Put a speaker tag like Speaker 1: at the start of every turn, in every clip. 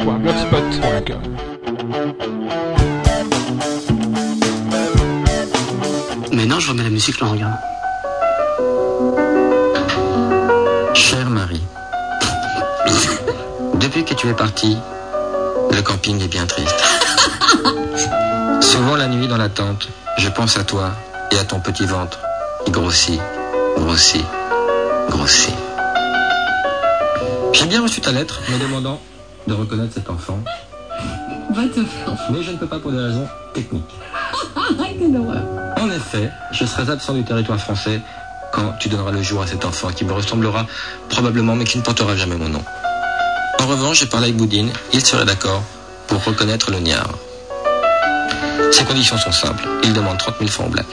Speaker 1: Oncast.blogspot.com
Speaker 2: Mais non, je remets la musique là, regarde. Chère Marie, depuis que tu es partie, le camping est bien triste. Souvent la nuit dans la tente, je pense à toi et à ton petit ventre qui grossit, grossit, grossit. J'ai bien reçu ta lettre me demandant de reconnaître cet enfant,
Speaker 3: Va te faire.
Speaker 2: mais je ne peux pas pour des raisons techniques.
Speaker 3: Arrête, quelle horreur.
Speaker 2: En effet, je serai absent du territoire français quand tu donneras le jour à cet enfant qui me ressemblera probablement mais qui ne portera jamais mon nom. En revanche, j'ai parlé avec Boudine, il serait d'accord pour reconnaître le niard. Ses conditions sont simples, il demande 30 000 francs au black.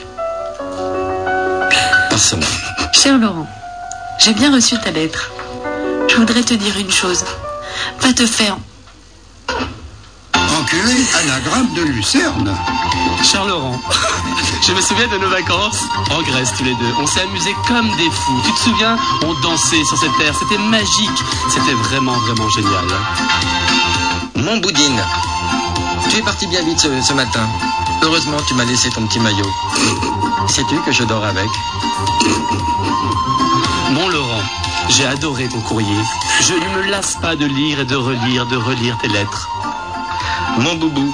Speaker 2: Par semaine.
Speaker 3: Cher Laurent, j'ai bien reçu ta lettre. Je voudrais te dire une chose. Va te faire.
Speaker 4: Enculé, anagramme de Lucerne.
Speaker 5: Cher Laurent, je me souviens de nos vacances en Grèce tous les deux. On s'est amusés comme des fous. Tu te souviens On dansait sur cette terre. C'était magique. C'était vraiment, vraiment génial.
Speaker 2: Mon Boudine, tu es parti bien vite ce, ce matin. Heureusement, tu m'as laissé ton petit maillot. Sais-tu que je dors avec
Speaker 5: Mon Laurent, j'ai adoré ton courrier. Je ne me lasse pas de lire et de relire, de relire tes lettres.
Speaker 2: Mon boubou,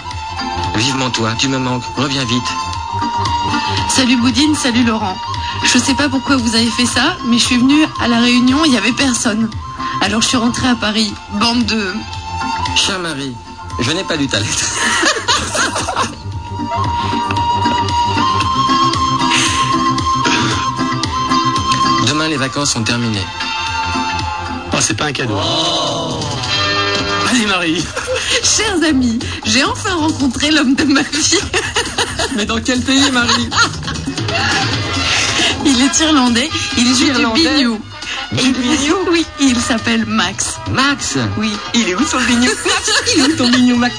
Speaker 2: vivement toi, tu me manques, reviens vite.
Speaker 3: Salut Boudine, salut Laurent. Je sais pas pourquoi vous avez fait ça, mais je suis venue à la réunion, il y avait personne. Alors je suis rentrée à Paris, bande de.
Speaker 2: Chère Marie, je n'ai pas lu ta lettre. Demain, les vacances sont terminées.
Speaker 5: Oh, c'est pas un cadeau. Allez Marie,
Speaker 3: Chers amis, j'ai enfin rencontré l'homme de ma vie.
Speaker 6: Mais dans quel pays, Marie
Speaker 3: Il est irlandais, il joue du
Speaker 6: Irlandais.
Speaker 3: bignou. Et il- Oui, il s'appelle Max.
Speaker 2: Max
Speaker 3: Oui.
Speaker 6: Il est où son bignou
Speaker 3: Il est où
Speaker 6: Ton bignou Mac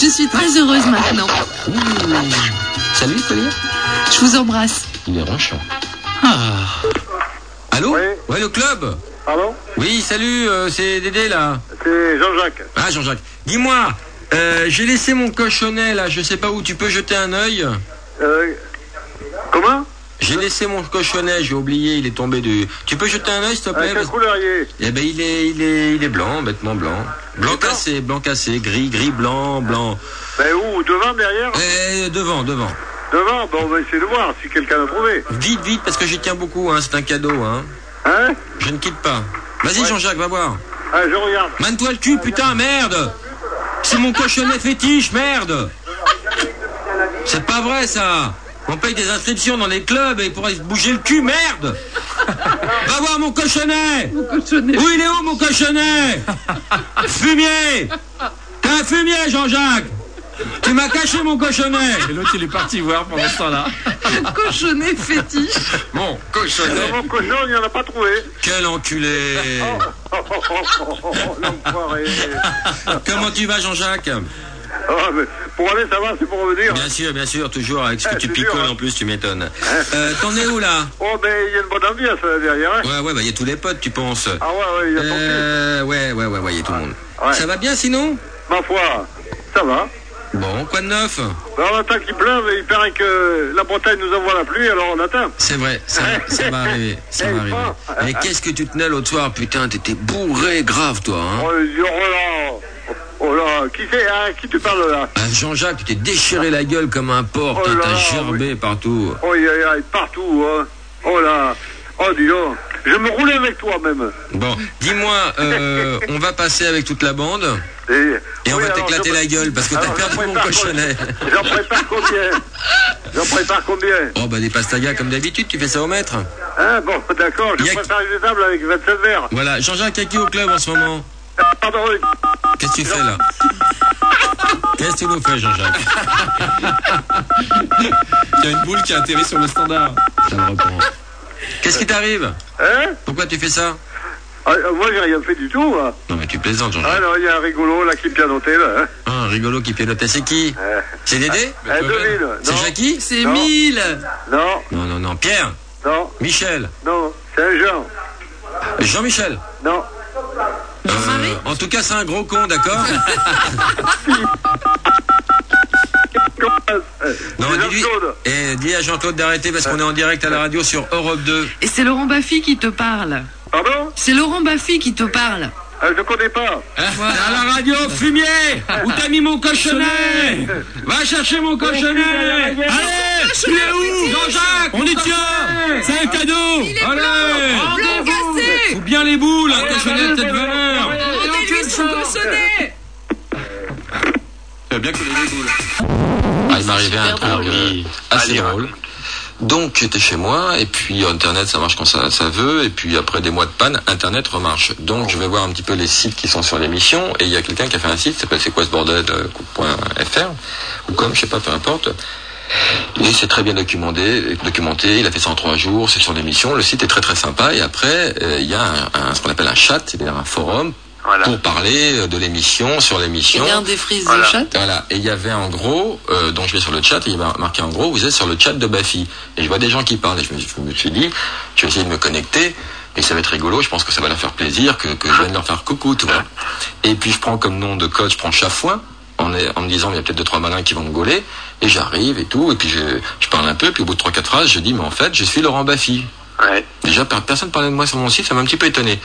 Speaker 3: Je suis très heureuse maintenant.
Speaker 2: Salut, collier.
Speaker 3: Je vous embrasse.
Speaker 2: Il est ronchon.
Speaker 6: Ah.
Speaker 4: Allô
Speaker 7: Oui.
Speaker 4: Ouais, le club
Speaker 7: Allô
Speaker 4: Oui, salut, euh, c'est Dédé, là.
Speaker 7: C'est Jean-Jacques.
Speaker 4: Ah, Jean-Jacques. Dis-moi, euh, j'ai laissé mon cochonnet, là, je sais pas où, tu peux jeter un œil
Speaker 7: Euh, comment
Speaker 4: J'ai laissé mon cochonnet, j'ai oublié, il est tombé du... Tu peux jeter un œil, s'il te
Speaker 7: À
Speaker 4: plaît
Speaker 7: quelle
Speaker 4: parce-
Speaker 7: couleur il est
Speaker 4: Eh ben, il est, il est, il est blanc, bêtement blanc. Blanc
Speaker 7: Blanc
Speaker 4: cassé, blanc cassé, gris, gris, blanc, blanc.
Speaker 7: Ben où Devant, derrière
Speaker 4: Eh, devant, devant.
Speaker 7: Devant, bon, on va essayer de voir si quelqu'un l'a trouvé.
Speaker 4: Vite, vite, parce que j'y tiens beaucoup, hein, c'est un cadeau, hein.
Speaker 7: Hein
Speaker 4: Je ne quitte pas. Vas-y,
Speaker 7: Ouais.
Speaker 4: Jean-Jacques, va voir.
Speaker 7: Ah, je regarde.
Speaker 4: Manne-toi le
Speaker 7: Ah,
Speaker 4: cul, putain, merde C'est mon cochonnet fétiche, merde C'est pas vrai, ça On paye des inscriptions dans les clubs et pour se bouger le cul, merde Va voir mon cochonnet Où il est où, mon cochonnet Fumier T'es un fumier, Jean-Jacques Tu m'as caché mon cochonnet
Speaker 5: Et l'autre il est parti voir pendant ce temps-là.
Speaker 3: Cochonnet fétiche.
Speaker 4: Mon
Speaker 7: Dans
Speaker 4: cochonnet
Speaker 7: mon cochon, il n'y en a pas trouvé.
Speaker 4: Quel enculé
Speaker 7: Oh, oh, oh, oh, oh, l'enfoiré.
Speaker 4: Comment tu vas, Jean-Jacques
Speaker 7: Ah, mais pour aller, ça va, c'est pour revenir.
Speaker 4: Bien sûr, bien sûr, toujours avec ce que
Speaker 7: Eh,
Speaker 4: tu
Speaker 7: c'est dur,
Speaker 4: picoles
Speaker 7: hein.
Speaker 4: en plus, tu m'étonnes. Euh, T'en es où là
Speaker 7: Oh, mais il y a une bonne ambiance là, derrière. hein.
Speaker 4: Ouais, ouais, bah il y a tous les potes, tu penses.
Speaker 7: Ah ouais, ouais, il y a ton
Speaker 4: Euh, ouais, ouais, ouais, Ah, ouais, il y a tout le monde.
Speaker 7: Ouais.
Speaker 4: Ça va bien sinon
Speaker 7: Ma foi, ça va.
Speaker 4: Bon, quoi de neuf
Speaker 7: Ben, on attend qu'il pleuve et il paraît que la Bretagne nous envoie la pluie, alors on attend.
Speaker 4: C'est vrai, ça, ça va arriver, ça
Speaker 7: Eh,
Speaker 4: va arriver.
Speaker 7: bon.
Speaker 4: Mais qu'est-ce que tu tenais l'autre soir, putain, t'étais bourré grave toi, hein
Speaker 7: Oh, les yeux, oh là, oh là, qui c'est, hein, qui tu parles là
Speaker 4: Ah, Jean-Jacques, tu t'es déchiré la gueule comme un porc,
Speaker 7: Oh
Speaker 4: hein,
Speaker 7: là
Speaker 4: t'as
Speaker 7: là,
Speaker 4: gerbé partout.
Speaker 7: Oh, il y a partout, hein. Oh là, oh dis donc, je me roulais avec toi même.
Speaker 4: Bon, dis-moi, euh, on va passer avec toute la bande
Speaker 7: Et,
Speaker 4: et on
Speaker 7: oui,
Speaker 4: va
Speaker 7: alors,
Speaker 4: t'éclater
Speaker 7: je-
Speaker 4: la gueule parce que t'as
Speaker 7: alors, j'en
Speaker 4: perdu mon
Speaker 7: prépare
Speaker 4: cochonnet.
Speaker 7: combien J'en prépare combien J'en prépare combien
Speaker 4: Oh bah des pastagas comme d'habitude, tu fais ça au maître.
Speaker 7: Hein, bon, d'accord,
Speaker 4: Y
Speaker 7: je
Speaker 4: a-
Speaker 7: prépare une table avec 27 verres.
Speaker 4: Voilà, Jean-Jacques, y'a qui au club en ce moment
Speaker 7: Ah, Pardon, oui.
Speaker 4: Qu'est-ce que tu fais là Qu'est-ce que tu nous fais Jean-Jacques
Speaker 5: Il y a une boule qui a atterri sur le standard.
Speaker 4: Ça me reprend. Qu'est-ce qui t'arrive
Speaker 7: hein
Speaker 4: Pourquoi tu fais ça
Speaker 7: Ah, Moi, j'ai rien fait du tout, moi.
Speaker 4: Non mais tu plaisantes Jean-Jacques.
Speaker 7: Ah non, il y a un rigolo là qui me pianotait là. hein.
Speaker 4: Ah, un rigolo qui pilotait, c'est qui
Speaker 7: Euh,
Speaker 4: C'est Dédé
Speaker 7: eh, 2000,
Speaker 4: C'est
Speaker 7: non,
Speaker 4: Jackie
Speaker 6: C'est
Speaker 7: Non.
Speaker 6: mille
Speaker 7: non,
Speaker 4: Non, non, non. Pierre
Speaker 7: non,
Speaker 4: Michel
Speaker 7: non, c'est un genre.
Speaker 4: Jean-Michel
Speaker 7: Non,
Speaker 4: Euh,
Speaker 3: Enfoiré.
Speaker 8: en tout cas, c'est un gros con, d'accord
Speaker 7: Euh,
Speaker 8: Non, dis-lui,
Speaker 7: Jean-Claude.
Speaker 4: Eh,
Speaker 7: Euh.
Speaker 8: et dis à Jean-Claude d'arrêter parce qu'on est en direct à la radio sur Europe 2.
Speaker 3: Et c'est Laurent Baffy qui te parle.
Speaker 7: Pardon
Speaker 3: C'est Laurent Baffy qui te parle.
Speaker 7: Ah, Je connais pas.
Speaker 8: À la radio, fumier Où t'as mis mon cochonnet Va chercher mon cochonnet Allez Il est où Jean-Jacques On y tient C'est un cadeau
Speaker 3: Il est
Speaker 8: Allez
Speaker 3: Blanc cassé
Speaker 8: Faut bien les boules, hein, un cochonnet de tête valeur
Speaker 3: Rendez-lui son cochonnet
Speaker 5: Tu as Euh, bien connu les boules.
Speaker 4: Ah, il m'est arrivé un
Speaker 3: super
Speaker 4: truc euh, assez drôle. Donc j'étais chez moi et puis internet ça marche quand ça, ça veut et puis après des mois de panne internet remarche donc je vais voir un petit peu les sites qui sont sur l'émission et il y a quelqu'un qui a fait un site qui s'appelle c'est quoi ce bordel euh, point .fr ou comme je sais pas peu importe et c'est très bien documenté, documenté, il a fait ça en trois jours, c'est sur l'émission, le site est très très sympa, et après, euh, il y a un, un- ce qu'on appelle un chat, c'est-à-dire un forum,
Speaker 7: Voilà.
Speaker 4: pour parler euh, de l'émission, sur l'émission.
Speaker 3: Il y a un des frises de
Speaker 7: Voilà.
Speaker 3: chat.
Speaker 4: Voilà, et il y avait en gros, euh, donc je vais sur le chat, et il m'a marqué en gros, vous êtes sur le chat de Bafi. Et je vois des gens qui parlent, et je me, je me suis dit, je vais essayer de me connecter, et ça va être rigolo, je pense que ça va leur faire plaisir, que, que je vienne leur faire coucou, tu vois. Et puis je prends comme nom de code, je prends Chafouin, en, est- en me disant, il y a peut-être deux, trois malins qui vont me gauler, et j'arrive et tout, et puis je, je parle un peu, puis au bout de trois, quatre phrases, je dis, mais en fait, je suis Laurent Bafi.
Speaker 7: Ouais.
Speaker 4: Déjà, per- personne ne parlait de moi sur mon site, ça m'a un petit peu étonné.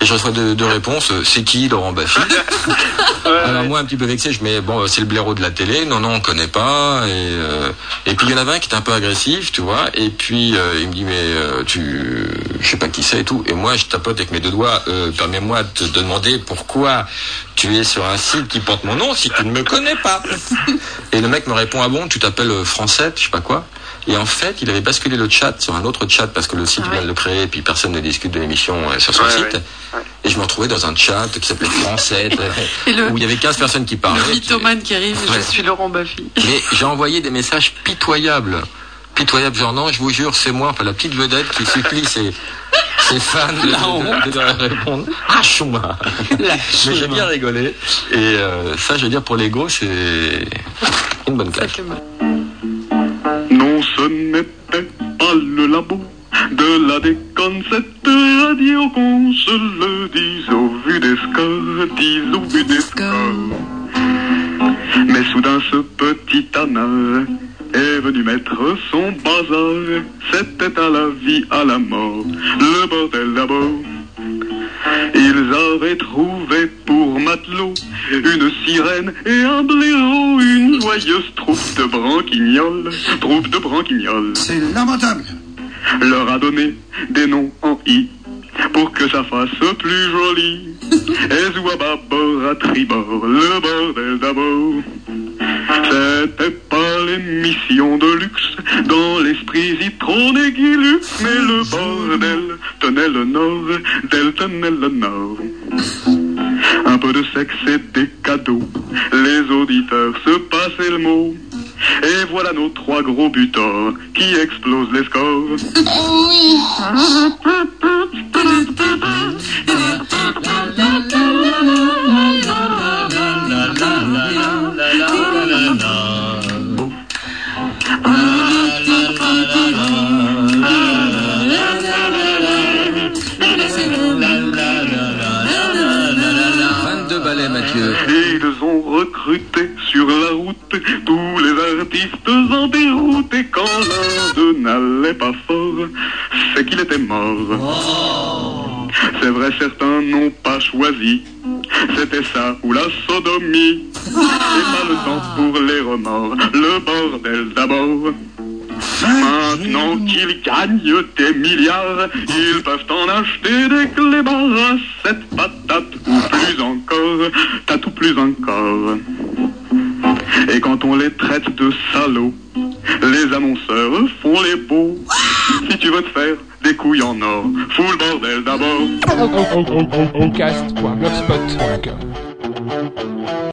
Speaker 4: Et je reçois deux, deux réponses, euh, c'est qui Laurent Bafi alors moi un petit peu vexé, je mets bon c'est le blaireau de la télé, non non on connaît pas et, euh, et puis il y en avait un qui était un peu agressif, tu vois, et puis euh, il me dit mais euh, tu je sais pas qui c'est et tout et moi je tapote avec mes deux doigts euh, permets-moi de te demander pourquoi tu es sur un site qui porte mon nom si tu ne me connais pas. Et le mec me répond ah bon tu t'appelles euh, français, je sais pas quoi. Et en fait, il avait basculé le chat sur un autre chat parce que le site
Speaker 3: Ah ouais.
Speaker 4: vient de le créer et puis personne ne discute de l'émission euh, sur son
Speaker 7: Ouais,
Speaker 4: site. Et je me retrouvais dans un chat qui s'appelait français
Speaker 3: Et le,
Speaker 4: où il y avait 15 personnes qui parlaient.
Speaker 3: le mythomane qui arrive, je
Speaker 4: Ouais.
Speaker 3: suis Laurent Baffy.
Speaker 4: Mais j'ai envoyé des messages pitoyables. Pitoyables, genre non, je vous jure, c'est moi, enfin la petite vedette qui supplie ses, ses fans de, de- de- de leur répondre. Ah, chouma Mais j'ai bien rigolé. Et euh, ça, je veux dire, pour l'ego, c'est une bonne claque.
Speaker 9: Non, ce n'était pas le labo de la déconne, cette radio qu'on se le dise au vu des scores, dise au vu des scores. Mais soudain, ce petit anard est venu mettre son bazar. C'était à la vie, à la mort, le bordel d'abord. Ils avaient trouvé pour matelot une sirène et un blaireau, une joyeuse troupe de branquignoles, troupe de branquignoles.
Speaker 10: C'est lamentable.
Speaker 9: Leur a donné des noms en i pour que ça fasse plus joli. Et zou à bâbord, à tribord, le bordel d'abord. C'était pas l'émission de luxe, dans l'esprit citron et guilux, mais le bordel tenait le nord, d'elle tenait le nord. Un peu de sexe et des cadeaux, les auditeurs se passaient le mot. Et voilà nos trois gros butors qui explosent les scores.
Speaker 4: Ah, 22 balais, Mathieu.
Speaker 9: Et ils ont recruté sur la route tous les artistes en déroute. Et quand l'un d'eux n'allait pas fort, c'est qu'il était mort. C'est vrai, certains n'ont pas choisi. C'était ça ou la sodomie. Et pas le temps pour les remords. Le bordel d'abord.
Speaker 4: Hein
Speaker 9: Maintenant qu'ils gagnent des milliards, ils peuvent en acheter des clébards à cette patate ou plus encore, tatou plus encore. Et quand on les traite de salauds, les annonceurs font les beaux. Si tu veux te faire des couilles en or, fous le bordel d'abord.
Speaker 1: On, on, on, on, on, on cast.blogspot.com